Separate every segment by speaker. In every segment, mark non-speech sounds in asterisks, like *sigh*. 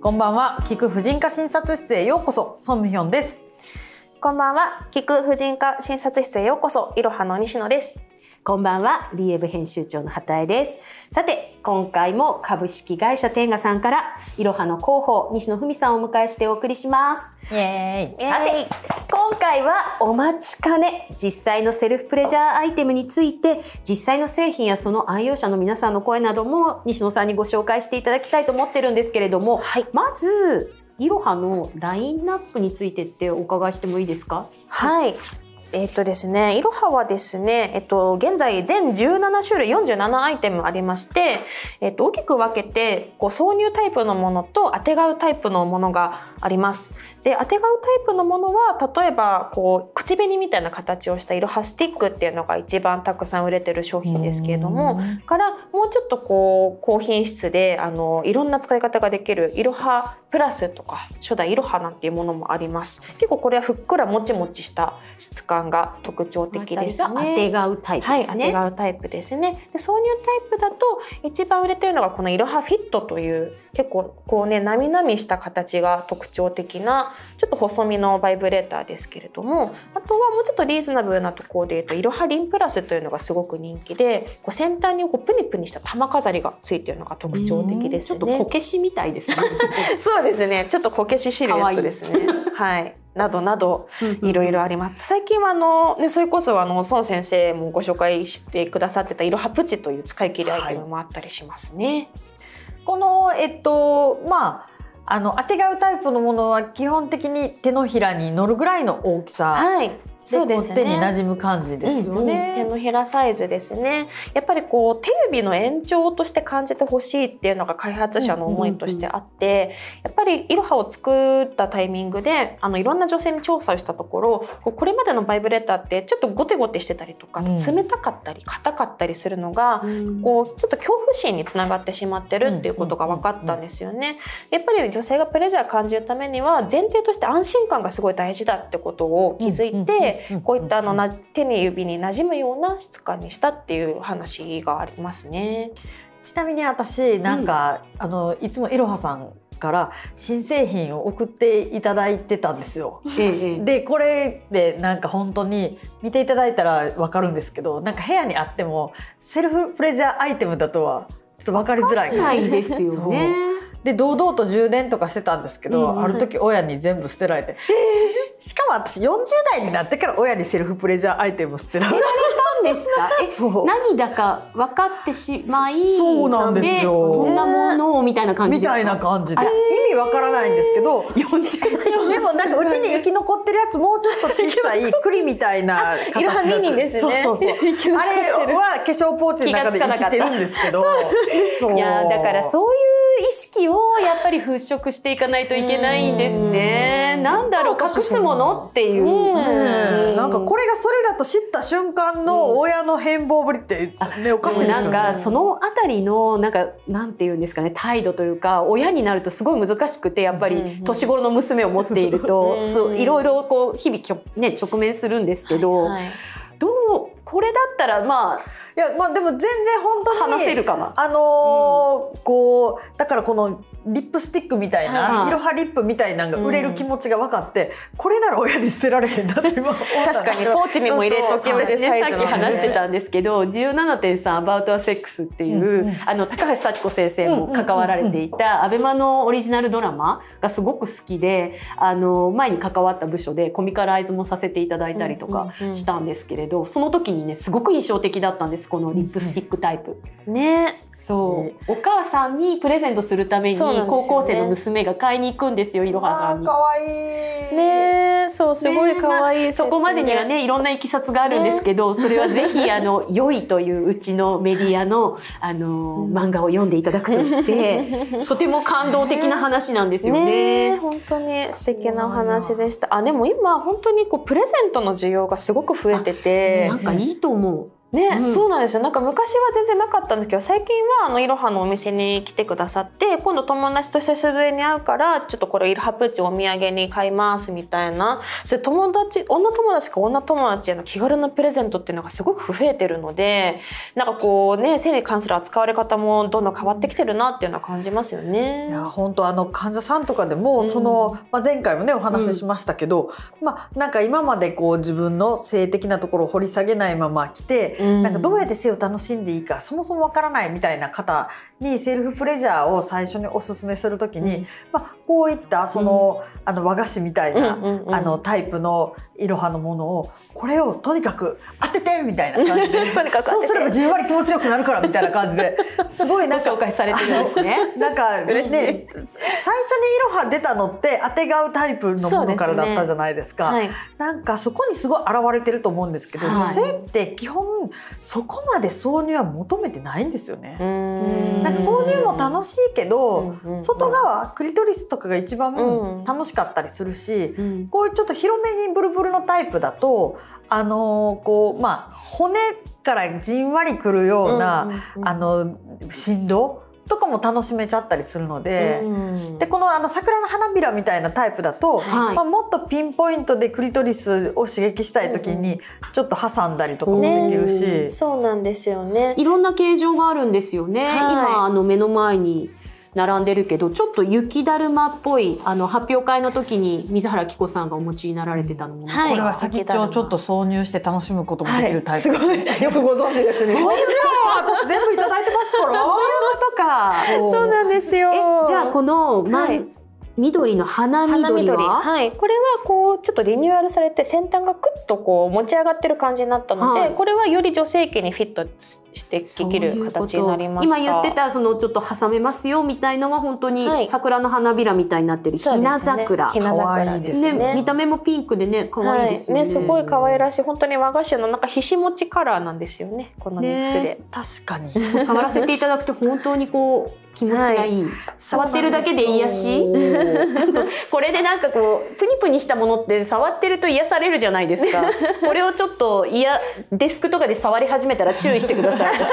Speaker 1: こんばんは聞く婦人科診察室へようこそソンミヒョンです
Speaker 2: こんばんは。聞く婦人科診察室へようこそ。いろはの西野です。
Speaker 3: こんばんは、リエブ編集長の畑江です。さて、今回も株式会社テンガさんから、いろはの広報、西野文さんをお迎えしてお送りします。
Speaker 1: イエ
Speaker 3: さて、今回はお待ちかね、実際のセルフプレジャーアイテムについて、実際の製品やその愛用者の皆さんの声なども、西野さんにご紹介していただきたいと思ってるんですけれども、
Speaker 2: はい
Speaker 3: まず、いろはのラインナップについてってお伺いしてもいいですか
Speaker 2: はい。えっとですね、いろははですね、えっと、現在全17種類47アイテムありまして、えっと、大きく分けてこう挿入タイプのものとあてがうタイプのものがあります。であてがうタイプのものは例えばこう口紅みたいな形をしたいろはスティックっていうのが一番たくさん売れてる商品ですけれどもからもうちょっとこう高品質であのいろんな使い方ができるいろはプラスとか初代いろはなんていうものもあります結構これはふっくらもちもちした質感が特徴的ですね
Speaker 3: あてがうタイプ
Speaker 2: は
Speaker 3: で
Speaker 2: い、
Speaker 3: す
Speaker 2: あ
Speaker 3: ね。
Speaker 2: てがうタイプですね。で、挿入タイプだと一番売れてるのがこのいろはフィットという結構こうねなみなみした形が特徴的なちょっと細身のバイブレーターですけれども、あとはもうちょっとリーズナブルなところで言うといろはリンプラスというのがすごく人気で、こう先端にこうプニプニした玉飾りがついてるのが特徴的ですね。
Speaker 3: ちょっとこけしみたいですね。
Speaker 2: *laughs* そうですね。ちょっとこけしシルエットですね。はい。などなどいろいろあります。最近はあの、ね、それこそあの孫先生もご紹介してくださってたいろはプチという使い切りアイテムもあったりしますね。
Speaker 1: このえっとまああのあてがうタイプのものは基本的に手のひらに乗るぐらいの大きさ
Speaker 2: はい。そうです
Speaker 1: こ
Speaker 2: ね。
Speaker 1: 手に馴染む感じですよ
Speaker 2: うん手
Speaker 1: ね。
Speaker 2: のひらサイズですねやっぱりこう手指の延長として感じてほしいっていうのが開発者の思いとしてあって、やっぱりイロハを作ったタイミングであのいろんな女性に調査をしたところこうこれまでのバイブレーターってちょっとゴテゴテしてたりとか、
Speaker 1: うん
Speaker 2: 冷たかったり硬かったりするのがこうちょっと恐怖心につながってしまってるっていうことが分かったんですよね。やっぱり女性がプレジャー感じるためには前提として安心感がすごい大事だってことを気づい
Speaker 1: うんうんう
Speaker 2: て
Speaker 1: んうんうん
Speaker 2: こういったあのな手に指に馴染むような質感にしたっていう話がありますね。
Speaker 1: ちなみに私なんか、あのいつもいろはさんから新製品を送っていただいてたんですよ。
Speaker 3: ええええ
Speaker 1: でこれでなんか本当に見ていただいたらわかるんですけどなんか部屋にあってもセルフプレジャーアイテムだとはちょっと分かりづらい
Speaker 3: な
Speaker 1: 感
Speaker 3: い
Speaker 1: じ
Speaker 3: ですよね。
Speaker 1: で堂々と充電とかしてたんですけど、
Speaker 3: うんうん
Speaker 1: ある時親に全部捨てられて、しかも私40代になってから親にセルフプレジャーアイテムを捨てられて
Speaker 3: なんです
Speaker 1: *laughs*
Speaker 3: か。え、
Speaker 1: そう
Speaker 3: 何だか分かってしまい、
Speaker 1: そうなんですよ
Speaker 3: こんなものをみたいな感じ
Speaker 1: み
Speaker 3: ですか
Speaker 1: たいな。感じで
Speaker 3: あ
Speaker 1: 意
Speaker 3: れ
Speaker 1: 味わからないんですけど。
Speaker 3: 40代
Speaker 1: でもなんかうちに生き残ってるやつもうちょっと小さい栗みたいな形だった
Speaker 2: いろはミニですね
Speaker 1: そうそうそう。
Speaker 2: *laughs*
Speaker 1: あれは化粧ポーチの中で生きてるんですけど。 *laughs* そう
Speaker 3: いやだからそういう意識をやっぱり払拭していかないといけないんですね
Speaker 2: う。ん
Speaker 3: なんだろう隠すものっていう。
Speaker 1: ね
Speaker 3: う
Speaker 1: えなんかこれがそれだと知った瞬間の親の変貌ぶりってねおかしい
Speaker 3: でも
Speaker 1: で
Speaker 3: な
Speaker 1: すよ
Speaker 3: ん
Speaker 1: ね。
Speaker 3: かそのあたりのなんかなんていうんですかね態度というか親になるとすごい難しくてやっぱ
Speaker 2: うんうん
Speaker 3: り年頃の娘を持っている
Speaker 2: う
Speaker 3: と
Speaker 2: ん
Speaker 3: そういろいろこう日々きょね直面するんですけど
Speaker 2: はい
Speaker 3: どうこれだったらまあ
Speaker 1: いやまあでも全然本当に
Speaker 3: 話せるかな。
Speaker 1: あのーこうだからこのリップスティックみたい
Speaker 3: はいは
Speaker 1: ないいろはリップみたいなのが売れる気持ちが分かってこれなら親に捨てられへんなって今思った
Speaker 2: 確かにポーチにも入れとけ
Speaker 1: そう
Speaker 2: る
Speaker 1: そう
Speaker 3: 私ね、
Speaker 2: サイズ
Speaker 3: さ
Speaker 2: の
Speaker 3: っき話してたんですけど17.3「アバウト・ア・セックス」っていう、
Speaker 1: うんうん
Speaker 3: あの高橋幸子先生も関わられていたアベマのオリジナルドラマがすごく好きであの前に関わった部署でコミカライズもさせていただいたりとか
Speaker 2: うんうんうん
Speaker 3: したんですけれど、その時にねすごく印象的だったんですこのリップスティックタイプ。
Speaker 2: ね
Speaker 3: そう
Speaker 1: ね
Speaker 3: お母さんにプレゼントするために
Speaker 2: そうなんですよね
Speaker 3: 高校生の娘が買いに行くんですよいろはさ
Speaker 1: あ
Speaker 3: ん
Speaker 1: ー
Speaker 3: に。
Speaker 1: 可愛い
Speaker 2: ねそうすごい可愛い、
Speaker 3: そこまでにはねいろんないきさつがあるんですけど、それはぜひあの良いといううちのメディアのあの漫画を読んでいただく
Speaker 2: *laughs*
Speaker 3: として、とても感動的な話なんですよね。
Speaker 2: え本当に素敵なお話でした。あでも今本当にこうプレゼントの需要がすごく増えてて
Speaker 3: なんかいいと思う。
Speaker 2: ね、
Speaker 3: うん
Speaker 2: そうなんですよなんか昔は全然なかったんですけど最近はあのいろはのお店に来てくださって今度友達と久しぶりに会うからちょっとこれいろはプーチンお土産に買いますみたいなそれ友達女友達か女友達への気軽なプレゼントっていうのがすごく増えてるのでなんかこうね性に関する扱われ方もどんどん変わってきてるなっていうのは感じますよね。
Speaker 1: いや本当あの患者さんとかでもその、まあ、前回もねお話ししましたけど、まあなんか今までこう自分の性的なところを掘り下げないまま来て、
Speaker 2: うん
Speaker 1: なんかどうやって性を楽しんでいいかそもそもわからないみたいな方にセルフプレジャーを最初におすすめするときに、
Speaker 2: うん
Speaker 1: まあ、こういったその,、あの和菓子みたいな、
Speaker 2: うんうんうん
Speaker 1: あのタイプのいろはのものをこれをとにかく当ててみたいな
Speaker 2: *laughs*
Speaker 1: 感じで
Speaker 2: *laughs* とにかく当
Speaker 1: そう
Speaker 2: てて
Speaker 1: すればじんわり気持ちよくなるからみたいな感じですごいなんか
Speaker 3: 紹介されてるんですね。
Speaker 1: なんかね
Speaker 2: 嬉しい
Speaker 1: 最初にイロハ出たのってあてがうタイプのものからだったじゃないですか
Speaker 2: *laughs* はい、
Speaker 1: なんかそこにすごい現れてると思うんですけど、
Speaker 3: はい
Speaker 1: 女性って基本そこまで挿入は求めてないんですよね。
Speaker 2: ー
Speaker 1: なんか挿入も楽しいけど、
Speaker 2: うんうんうん
Speaker 1: 外側クリトリスとかが一
Speaker 2: うん
Speaker 1: 番楽しかったりするし、
Speaker 3: うん
Speaker 1: こういうちょっと広めにブルブルのタイプだとあのーこうまあ骨からじんわりくるような、あの振動とかも楽しめちゃったりするので。
Speaker 2: うん
Speaker 1: でこのあの桜の花びらみたいなタイプだと、
Speaker 3: はい
Speaker 1: まあ、もっとピンポイントでクリトリスを刺激したい時にちょっと挟んだりとかもできるし、
Speaker 3: ね
Speaker 2: そうなんですよね。
Speaker 3: いろんな形状があるんですよね。
Speaker 2: はい
Speaker 3: 今あの目の前に並んでるけど、ちょっと雪だるまっぽいあの発表会の時に水原希子さんがお持ちになられてたのも、
Speaker 2: はい
Speaker 1: これは先っちょをちょっと挿入して楽しむこともできるタイプ、
Speaker 2: はいすごい
Speaker 1: よくご存知ですね。もちろん私全部いただいてますから。
Speaker 3: とか。
Speaker 2: *laughs* そうなんですよ。
Speaker 3: え、じゃあこの、ま
Speaker 2: はい
Speaker 3: 緑の花
Speaker 2: 花
Speaker 3: 緑は
Speaker 2: はい、これはこうちょっとリニューアルされて先端がクッとこう持ち上がってる感じになったので、
Speaker 3: はい
Speaker 2: これはより女性器にフィットしてで
Speaker 3: そう
Speaker 2: き
Speaker 3: いう
Speaker 2: る
Speaker 3: こと
Speaker 2: 形になりました。
Speaker 3: 今言ってたそのちょっと挟めますよみたいのは本当
Speaker 2: は
Speaker 3: に
Speaker 2: い
Speaker 3: 桜の花びらみたいになってる、
Speaker 2: そう
Speaker 3: ひ
Speaker 2: ですね
Speaker 3: な桜。
Speaker 2: ひな
Speaker 1: 可愛
Speaker 2: 桜
Speaker 1: い
Speaker 2: で
Speaker 1: ですす
Speaker 2: ね。
Speaker 3: ね、見た目もピンクでね可愛いですよね,、
Speaker 2: はい、ねすごい可愛らしい本当に和菓子のなんかひしもちカラーなんですよねこの三つで、
Speaker 3: ね *laughs*
Speaker 1: 確かに
Speaker 3: こう触らせていただくと本当にこう気持ちがいい、触ってるだけで癒し
Speaker 1: そうなんですよ
Speaker 2: *laughs*
Speaker 3: ちょっとこれでなんかこうプニプニしたものって触ってると癒されるじゃないです *laughs* かこれをちょっといやデスクとかで触り始めたら注意してください私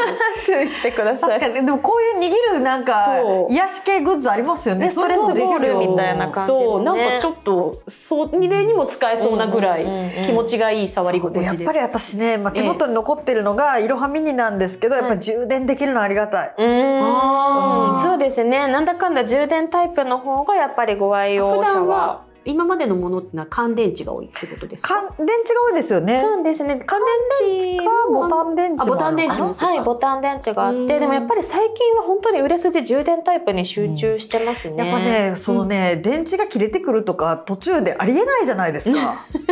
Speaker 2: 注意してくださ
Speaker 1: 確
Speaker 2: い
Speaker 1: かにでもこういう握るなんか
Speaker 3: そう
Speaker 1: 癒し系グッズありますよね。
Speaker 2: ストレス
Speaker 1: そうですよ
Speaker 2: ボールみたいな感じのね
Speaker 3: そうなんかちょっとそうにねにも使えそうなぐら
Speaker 2: うんうんうんう
Speaker 3: い
Speaker 2: ん
Speaker 3: 気持ちがいい触り
Speaker 1: そうで
Speaker 3: 心
Speaker 1: やっ
Speaker 3: 地で
Speaker 1: ぱ
Speaker 3: す
Speaker 1: り私ね、まあ、手元に残ってるのがいろはミニなんですけど、やっぱり充電できるのありがたい。
Speaker 2: うーん
Speaker 3: あー
Speaker 2: そうですねなんだかんだ充電タイプの方がやっぱりご愛用
Speaker 3: 普
Speaker 2: 者
Speaker 3: 段
Speaker 2: は
Speaker 3: は今までのものってのは乾電池が多いってことですか
Speaker 1: かん電池が多いですよね。
Speaker 2: そうですね。乾電
Speaker 1: か
Speaker 2: 池
Speaker 1: ボタン電池もあ
Speaker 3: あボタン電
Speaker 1: る
Speaker 3: 池
Speaker 1: の
Speaker 3: も
Speaker 1: か
Speaker 3: そうか
Speaker 2: はい、ボタン電池があっ
Speaker 3: うん
Speaker 2: て、でもやっぱり最近は本当に売れ筋充電タイプに集中してますね。
Speaker 1: なやっぱね、そのね、電池が切れてくるとか途中でありえないじゃないですか。 *laughs* そうい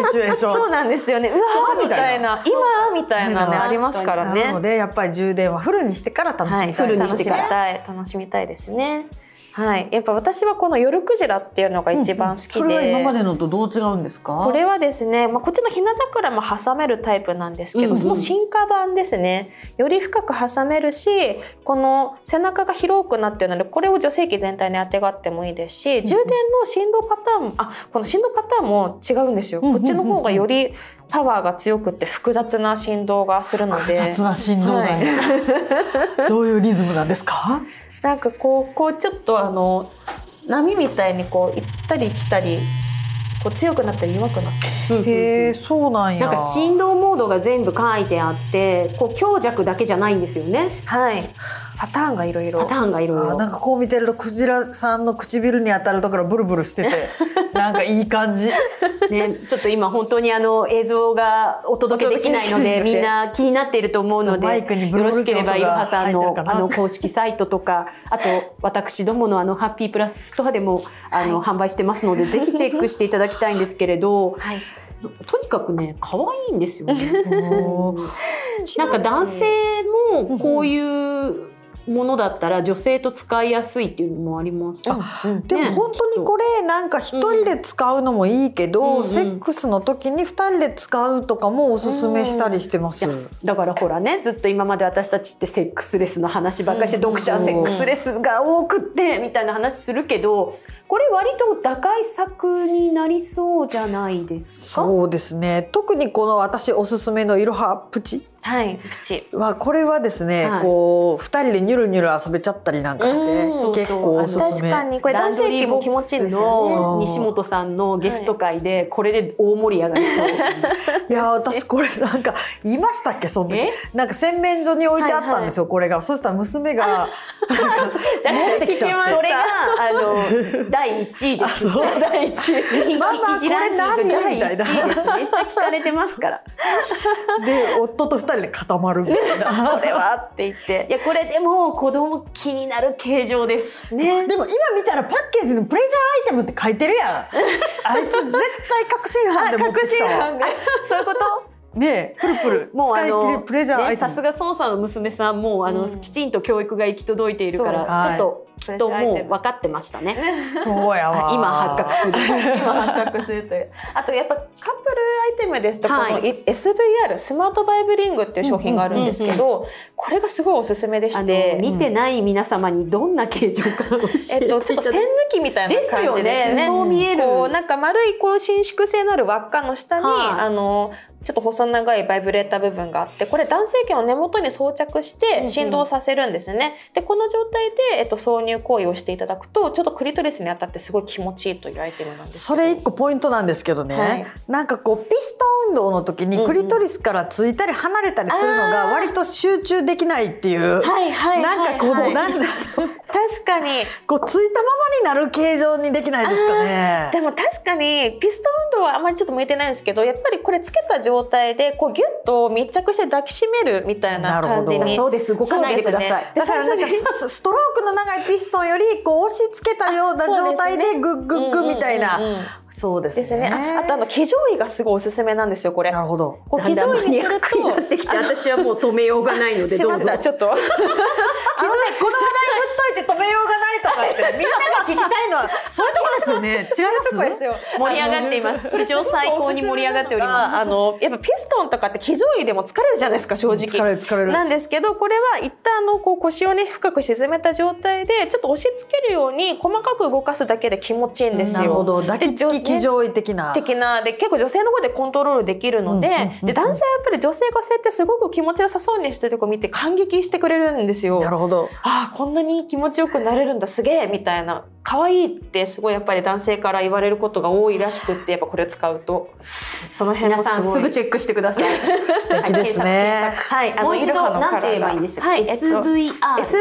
Speaker 1: うシチュエーション。
Speaker 2: そうなんですよね。うわーみたいな、今みたいな
Speaker 1: そう
Speaker 2: ね
Speaker 1: か
Speaker 2: ありますか
Speaker 1: な
Speaker 2: ら
Speaker 1: の
Speaker 2: ね。
Speaker 1: でやっぱり充電はフルにしてから楽しみた、
Speaker 2: はいい、
Speaker 3: フルにしてから
Speaker 2: 楽みたい楽しみたいですね。はい、やっぱ私はこの夜クジラっていうのが一番好きで。
Speaker 1: それは今までのとどう違うんですか？
Speaker 2: これはですね、まあ、こっちのひな桜も挟めるタイプなんですけど、
Speaker 3: うんうん
Speaker 2: その進化版ですねより深く挟めるしこの背中が広くなってるのでこれを女性器全体にあてがってもいいですし充電の振動パターンもあこの振動パターンも違うんですよ、
Speaker 1: んうんうん
Speaker 2: こっちの方がよりパワーが強くって複雑な振動がするの
Speaker 1: 複
Speaker 2: で
Speaker 1: 雑な振動だね。どういうリズムなんです
Speaker 3: *laughs*
Speaker 1: か？
Speaker 2: なんかこうこうちょっとあの波みたいにこう行ったり来たりこう強くなったり弱くなったり。
Speaker 1: へえ、そうなんや。
Speaker 3: なんか振動モードが全部書いてあってこう強弱だけじゃないんですよね
Speaker 2: はい、パターンがいろいろ
Speaker 3: パターンがいろい
Speaker 1: あ
Speaker 3: ろ
Speaker 1: ーなんかこう見てるとクジラさんの唇に当たるところブルブルしてて
Speaker 3: *laughs*
Speaker 1: なんかいい感じ
Speaker 3: ね、ちょっと今本当にあの映像がお届けできないの
Speaker 1: *laughs*
Speaker 3: で
Speaker 2: お届けできないので
Speaker 3: みんな気になっていると思う
Speaker 1: ち
Speaker 3: の
Speaker 1: ょっとマ
Speaker 3: で
Speaker 1: イクにブルブ
Speaker 3: よろ
Speaker 1: ル
Speaker 3: しければいろはさん
Speaker 1: って
Speaker 3: の
Speaker 1: 音が入ってるかな
Speaker 3: あの公式サイトとかあと私どものあのハッピープラスストアでもあの販売してますのでぜひチェックしていただきたいんですけれど
Speaker 2: はい、
Speaker 3: とにかくね可愛いんですよね。
Speaker 1: おー
Speaker 3: なんか男性もこういうものだったら女性と使いやすいっていうのもあります。
Speaker 2: うんうん
Speaker 1: でも
Speaker 3: ね
Speaker 1: 本当にこれなんか一人で使うのもいいけ
Speaker 3: うん
Speaker 1: ど、
Speaker 3: うん
Speaker 1: セックスの時に二人で使うとかもおすすめしたりしてます。
Speaker 3: うんだからほらねずっと今まで私たちってセックスレスの話ばっかりして、
Speaker 2: うん
Speaker 3: 読者はセックスレスが多くってみたいな話するけどこれ割と打開策になりそうじゃないですか
Speaker 1: そうですね特にこの私おすすめのいろはプチ
Speaker 2: はいプチ
Speaker 1: はこれはですね、
Speaker 3: はい
Speaker 1: こう二人でニュルニュル遊べちゃったりなんかして
Speaker 2: うん
Speaker 1: 結構おす
Speaker 3: そうそう
Speaker 1: す
Speaker 2: 確
Speaker 1: め
Speaker 2: かにこれ男性器も気持ちいいですよね
Speaker 1: よね
Speaker 3: 西本さんのゲスト会でこれで大盛り上がりそうですね
Speaker 1: いや私これなんか言いましたっけその時
Speaker 3: え
Speaker 1: なんか洗面所に置いてあったんですよ、これがそしたら娘が持ってきちゃって
Speaker 3: それが
Speaker 1: *laughs*
Speaker 3: あの第1位です。第1位。
Speaker 1: ママ
Speaker 3: 記事ランキング
Speaker 1: これ何
Speaker 3: 第
Speaker 1: みたいな
Speaker 3: 1位です。めっちゃ聞かれてます
Speaker 1: *laughs*
Speaker 3: から。
Speaker 1: で夫と二人で固まるみたいな。
Speaker 2: これはって言って
Speaker 3: いやこれでも子供気になる形状です。ね。
Speaker 1: でも今見たらパッケージのプレジャーアイテムって書いてるやん。
Speaker 3: *laughs*
Speaker 1: あいつ絶対確信犯で持ってきたわ。
Speaker 2: で
Speaker 3: そういうこと。
Speaker 1: ねえ、プルプル。
Speaker 3: もうあ
Speaker 1: 使い切
Speaker 3: の
Speaker 1: りプレジャーア
Speaker 3: ね
Speaker 1: イテ
Speaker 3: さ
Speaker 1: ム。
Speaker 3: すが孫さんの娘さんもあの、
Speaker 2: うん
Speaker 3: きちんと教育が行き届いているか
Speaker 1: そうです
Speaker 3: ら
Speaker 1: はい
Speaker 3: ちょっときっともう分かってましたね。
Speaker 1: そうやわ。
Speaker 3: 今発覚する。
Speaker 2: 今発覚するというあとやっぱカップルアイテムですと、
Speaker 3: はい
Speaker 2: このい SVR スマートバイブリングっていう商品があるんですけど、これがすごいおすすめで
Speaker 3: あ
Speaker 2: し
Speaker 3: の
Speaker 2: て、
Speaker 3: 見てない皆様にどんな形状か教えていただきた
Speaker 2: え
Speaker 3: い
Speaker 2: っと、ちょっと栓抜きみたいな感じですね
Speaker 3: ですよねそう見える
Speaker 2: こうなんか丸いこう伸縮性のある輪っかの下に、
Speaker 3: はい
Speaker 2: あのちょっと細長いバイブレーター部分があってこれ男性器の根元に装着し
Speaker 3: うんう
Speaker 2: て
Speaker 3: ん
Speaker 2: 振動させるんですね、でこの状態で、えっと、挿入行為をしていただくとちょっとクリトリスに当たってすごい気持ちいいというアイテムなんです
Speaker 1: それ一個ポイントなんですけどね、
Speaker 2: はい
Speaker 1: なんかこうピストン運動の時にクリトリスからついたり離れたりするのが割と集中できないっていう、
Speaker 2: はいはいはいはい
Speaker 1: なんかこの、なんだろう
Speaker 2: 確かに
Speaker 1: こうついたままになる形状にできないですかね。
Speaker 2: でも確かにピストン運動はあまりちょっと向いてないんですけどやっぱりこれつけた状態でこうギュッと密着して抱きしめるみたいな感
Speaker 1: なる
Speaker 2: じ
Speaker 1: ほど
Speaker 2: に
Speaker 3: そうです動かないでください。
Speaker 1: だからなんかスストロークの長いピストンよりこう押し付けたような状態
Speaker 2: そうです
Speaker 1: で
Speaker 2: ね
Speaker 1: グッグッグッみたい
Speaker 2: うんうんうんうん
Speaker 1: なそうです
Speaker 2: ですね
Speaker 1: ね。
Speaker 2: ああとあの化粧位がすごいおすすめなんですよこれ
Speaker 1: なるほど。
Speaker 2: こう化
Speaker 3: だんだ
Speaker 2: 粧
Speaker 3: んマ
Speaker 2: 位に
Speaker 3: ニ
Speaker 2: す
Speaker 3: ア
Speaker 2: る
Speaker 3: ックになってきて私はもう止めようがないの
Speaker 2: と
Speaker 3: で
Speaker 2: し
Speaker 3: ど
Speaker 2: ま
Speaker 3: う
Speaker 2: っ
Speaker 3: ぞ。
Speaker 2: たちょっと
Speaker 1: あのねこの話題振っといて止めようがないとかってみんなが聞きたいのはそういうとこですよね。違い
Speaker 2: そう
Speaker 1: ま
Speaker 2: ですす。よ
Speaker 3: 盛り上がっています
Speaker 2: あのこれ
Speaker 3: 史上最高に
Speaker 2: すごく
Speaker 3: 盛り上がっており
Speaker 2: すすめ
Speaker 3: ます
Speaker 2: なのがあのやっぱピストンとかって化粧位でも疲れるじゃないですか正直
Speaker 1: 疲れる疲れる
Speaker 2: なんですけどこれは一旦あのこう腰をね深く沈めた状態でちょっと押し付けるように細かく動かすだけで気持ちいいんですよ
Speaker 1: なるほど抱きつき
Speaker 2: で
Speaker 1: 騎乗位的な。
Speaker 2: 的なで結構女性の方でコントロールできるので,、
Speaker 1: うんうんうんうん
Speaker 2: で男性はやっぱり女性が性ってすごく気持ちよさそうにしてるとこ見て感激してくれるんですよ。
Speaker 1: なるほど。
Speaker 2: ああこんなに気持ちよくなれるんだすげえみたいな可愛いってすごいやっぱり男性から言われることが多いらしくってやっぱこれを使うとその辺
Speaker 3: 皆
Speaker 2: もす
Speaker 3: さ
Speaker 2: ごい
Speaker 3: んすぐチェックしてください。
Speaker 1: 素敵ですね。
Speaker 2: はいあ
Speaker 3: も
Speaker 2: の
Speaker 3: う一
Speaker 2: イルカ
Speaker 3: 度
Speaker 2: のカラーが
Speaker 3: 何て言えばいいんでしたっけ、
Speaker 2: はいえっと
Speaker 3: SVR。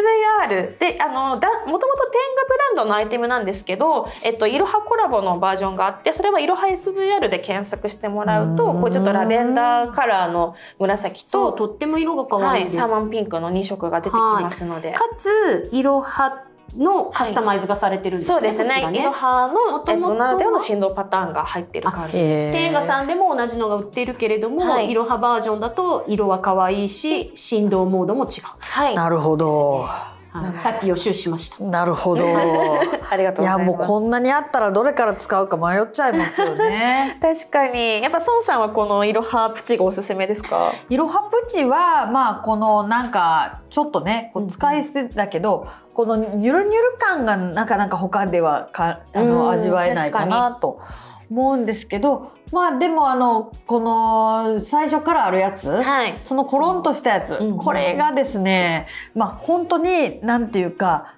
Speaker 2: SVR であのだもともとテンガブランドのアイテムなんですけど、えっと、いろはコラボのバージョンがあってそれはいろは SVR で検索してもらうと
Speaker 1: うん
Speaker 2: こうちょっとラベンダーカラーの紫
Speaker 3: そう
Speaker 2: と
Speaker 3: とっても色が可
Speaker 2: は
Speaker 3: 愛い
Speaker 2: い、
Speaker 3: です。
Speaker 2: サーマンピンクの2色が出てきますので
Speaker 3: か。ついろはのカスタマイズがされてるんですね。
Speaker 2: そうです
Speaker 3: こっ
Speaker 2: ね。
Speaker 3: ち
Speaker 2: イ
Speaker 3: が
Speaker 2: ロハの
Speaker 3: 元
Speaker 2: えっ
Speaker 3: 々は
Speaker 2: とならではの振動パターンが入ってる感じ。
Speaker 1: え
Speaker 3: テンガさんでも同じのが売っているけれども、
Speaker 2: はい
Speaker 3: い、ろはバージョンだと色は可愛いし振動モードも違う、
Speaker 2: はい。
Speaker 1: なるほど。
Speaker 3: はいさっき予習しました
Speaker 1: なるほど。
Speaker 2: ありがと
Speaker 1: いう
Speaker 2: ござい
Speaker 1: や
Speaker 2: ます。
Speaker 1: もうこんなにあったらどれから使うか迷っちゃいますよ *laughs* ね。
Speaker 2: 確かにやっぱ孫さんはこのイロハプチがおすすめですか。
Speaker 1: いろはプチはまあこのなんかちょっとねこう使い捨てだけど、このニュルニュル感がなかなか他ではかあ
Speaker 2: う
Speaker 1: の
Speaker 2: ん
Speaker 1: 味わえないかなと思うんですけどまあでもあのこの最初からあるやつ、
Speaker 2: はい。
Speaker 1: そのコロンとしたやつ、
Speaker 2: うん
Speaker 1: これがですねまあ本当になんていうか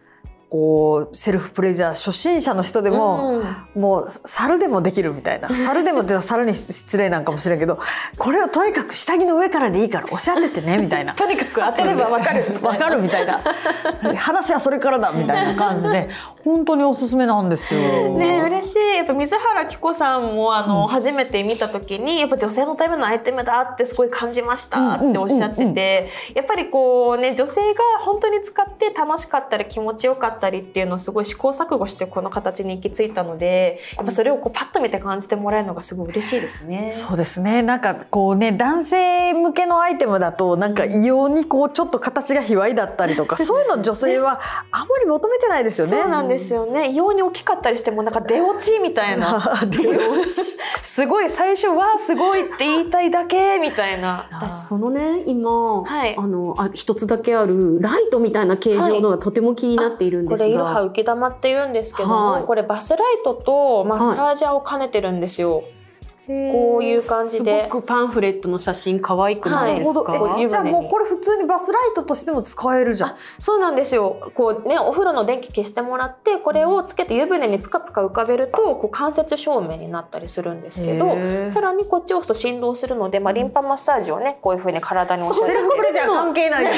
Speaker 1: こうセルフプレジャー初心者の人でも、
Speaker 2: うん
Speaker 1: もう猿でもできるみたい
Speaker 2: *laughs*
Speaker 1: な猿でもって猿に失礼なんかもしれんけどこれをとにかく下着の上からでいいからおしゃれてねみた
Speaker 2: *laughs*
Speaker 1: いな
Speaker 2: とにかく当てればわかるみたいな。
Speaker 1: わかるみたいな話はそれからだみたいな感じで本当におすすめなんですよ。
Speaker 2: ね嬉しいやっぱ水原希子さんもあの、
Speaker 1: うん
Speaker 2: 初めて見た時にやっぱ女性のためのアイテムだってすごい感じましたっておっしゃって
Speaker 1: う
Speaker 2: て、
Speaker 1: んうんうん
Speaker 2: やっぱりこうね女性が本当に使って楽しかったり気持ちよかっったりっていうのをすごい試行錯誤してこの形に行き着いたのでやっぱそれをこうパッと見て感じてもらえるのがすごい嬉しいですね。
Speaker 1: そうですねなんかこうね男性向けのアイテムだとなんか異様にこうちょっと形が卑猥だったり
Speaker 2: *laughs*
Speaker 1: とかそういうの女性はあんまり求めてないですよね。
Speaker 2: そうなんですよね異様に大きかったりしてもなんか出落ちみたいな *laughs*
Speaker 1: 出落
Speaker 2: すごい最初はすごいって言いたいだけみたいな
Speaker 3: 私そのね今、
Speaker 2: はい
Speaker 3: あのあ一つだけあるライトみたいな形状のがとても気になっているん
Speaker 2: こ
Speaker 3: です
Speaker 2: れイ
Speaker 3: が、
Speaker 2: ロハ浮き玉って言うんですけども、
Speaker 3: はい
Speaker 2: これバスライトとマッサージャーを兼ねてるんですよ、こういう感じ
Speaker 3: す
Speaker 2: で
Speaker 3: ごくパンフレットの写真可愛くないですか、
Speaker 1: なるほど
Speaker 2: こう
Speaker 1: え
Speaker 2: 湯船に
Speaker 1: じゃあもうこれ普通にバスライトとしても使えるじゃん。
Speaker 2: そうなんですよこうねお風呂の電気消してもらってこれをつけて湯船にプカプカ浮かべるとこう関節照明になったりするんですけど
Speaker 1: へー
Speaker 2: さらにこっちを押すと振動するので、まあ、リンパマッサージをねこういう風に体に押し
Speaker 1: セ
Speaker 2: て
Speaker 1: ルフプレジャー関係ないよ。
Speaker 2: で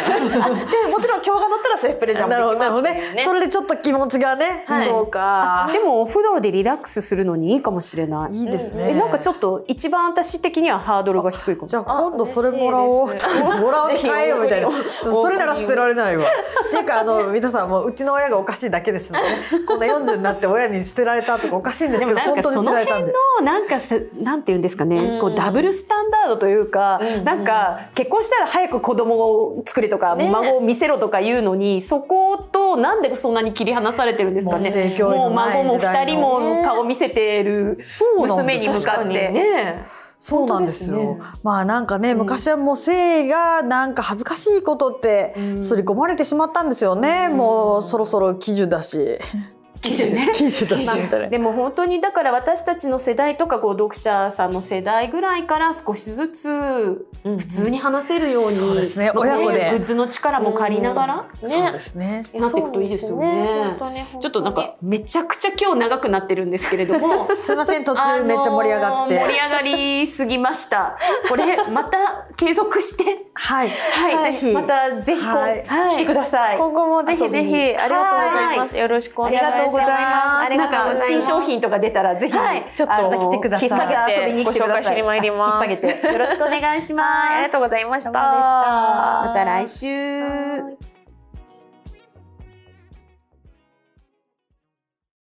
Speaker 2: *laughs* もちろん今日が乗ったらセルフプレジャー
Speaker 1: *laughs* なるほ
Speaker 2: も
Speaker 1: どなるほど
Speaker 2: できますけど
Speaker 1: ね
Speaker 2: ね。
Speaker 1: それでちょっと気持ちがね、
Speaker 2: はい
Speaker 1: そうか。
Speaker 3: でもお風呂でリラックスするのにいいかもしれない。
Speaker 1: いいですね。
Speaker 3: えなんかちょっと一番私的にはハードルが低いかも
Speaker 1: じ。ゃあ今度それもらおう
Speaker 2: あ嬉しいです
Speaker 1: *laughs* もらおう
Speaker 2: ぜひ
Speaker 1: 買えよみたいな
Speaker 2: 大盛りを
Speaker 1: そうそれなら捨てられないわっていうかあの皆さんもううちの親がおかしいだけですので、ね、こんな40になって親に捨てられたとかおかしいんですけど
Speaker 3: なん
Speaker 1: 本
Speaker 3: か
Speaker 1: 当に
Speaker 3: そ
Speaker 1: 捨て
Speaker 3: の
Speaker 1: られた
Speaker 3: 辺
Speaker 1: ん
Speaker 3: の
Speaker 1: で
Speaker 3: なんかせなんて言うんですか
Speaker 2: う
Speaker 3: ね
Speaker 2: ん
Speaker 3: こうダブルスタンダードというか
Speaker 2: うん
Speaker 3: なんか結婚したら早く子供を作れとか
Speaker 2: ね
Speaker 3: 孫を見せろとか言うのにそことなんでそんなに切り離されてるんですか
Speaker 1: もう性
Speaker 3: ね
Speaker 1: 教育
Speaker 3: もう
Speaker 1: のな
Speaker 3: 孫
Speaker 1: い
Speaker 3: も
Speaker 1: 時代
Speaker 3: 2
Speaker 1: の
Speaker 3: 人も顔見せてる
Speaker 1: うなんです
Speaker 3: 娘に向か
Speaker 2: 確
Speaker 3: っ
Speaker 2: かに
Speaker 3: て
Speaker 2: ね。
Speaker 1: そうなんですよ
Speaker 2: 本当です
Speaker 1: まあなんかね昔はもう性がなんか恥ずかしいことって刷り込まれてしまったんですよね、もうそろそろ喜寿だし
Speaker 3: 基準
Speaker 1: *laughs*
Speaker 3: ね
Speaker 1: 喜寿だしみたいな。
Speaker 3: でも本当にだから私たちの世代とかこう読者さんの世代ぐらいから少しずつ普通に話せるように、
Speaker 1: そうですね
Speaker 3: まあ
Speaker 1: 親子で
Speaker 3: こういうグッズの力も借りながら、
Speaker 1: そうですね
Speaker 2: いや
Speaker 3: なっていくといいですよね
Speaker 2: そうなんですよね
Speaker 3: ちょっとなんかめちゃくちゃ今日長くなってるんですけれど *laughs* も
Speaker 1: すいません途中めっちゃ盛り上がって、
Speaker 3: あのー盛り上がりすぎましたこれまた継続して
Speaker 1: はい、
Speaker 3: はい
Speaker 1: ぜひ
Speaker 3: またぜひこう、
Speaker 1: はい
Speaker 3: 来てください
Speaker 2: 今後もぜひぜ
Speaker 3: 遊びに
Speaker 2: ひありがとうございます。よろしくお
Speaker 3: あ
Speaker 2: 願
Speaker 3: り
Speaker 2: いします。
Speaker 3: がとうございます。なんか新商品とか出たらぜひ、
Speaker 2: はい
Speaker 3: ちょっと
Speaker 1: あの来てください
Speaker 3: 引っ提げて遊びに来てください。
Speaker 2: ご紹介しに参ります
Speaker 3: はい引っ提げてよろしくお願いします。
Speaker 2: はいありがとうございました。
Speaker 3: また来週。
Speaker 2: はい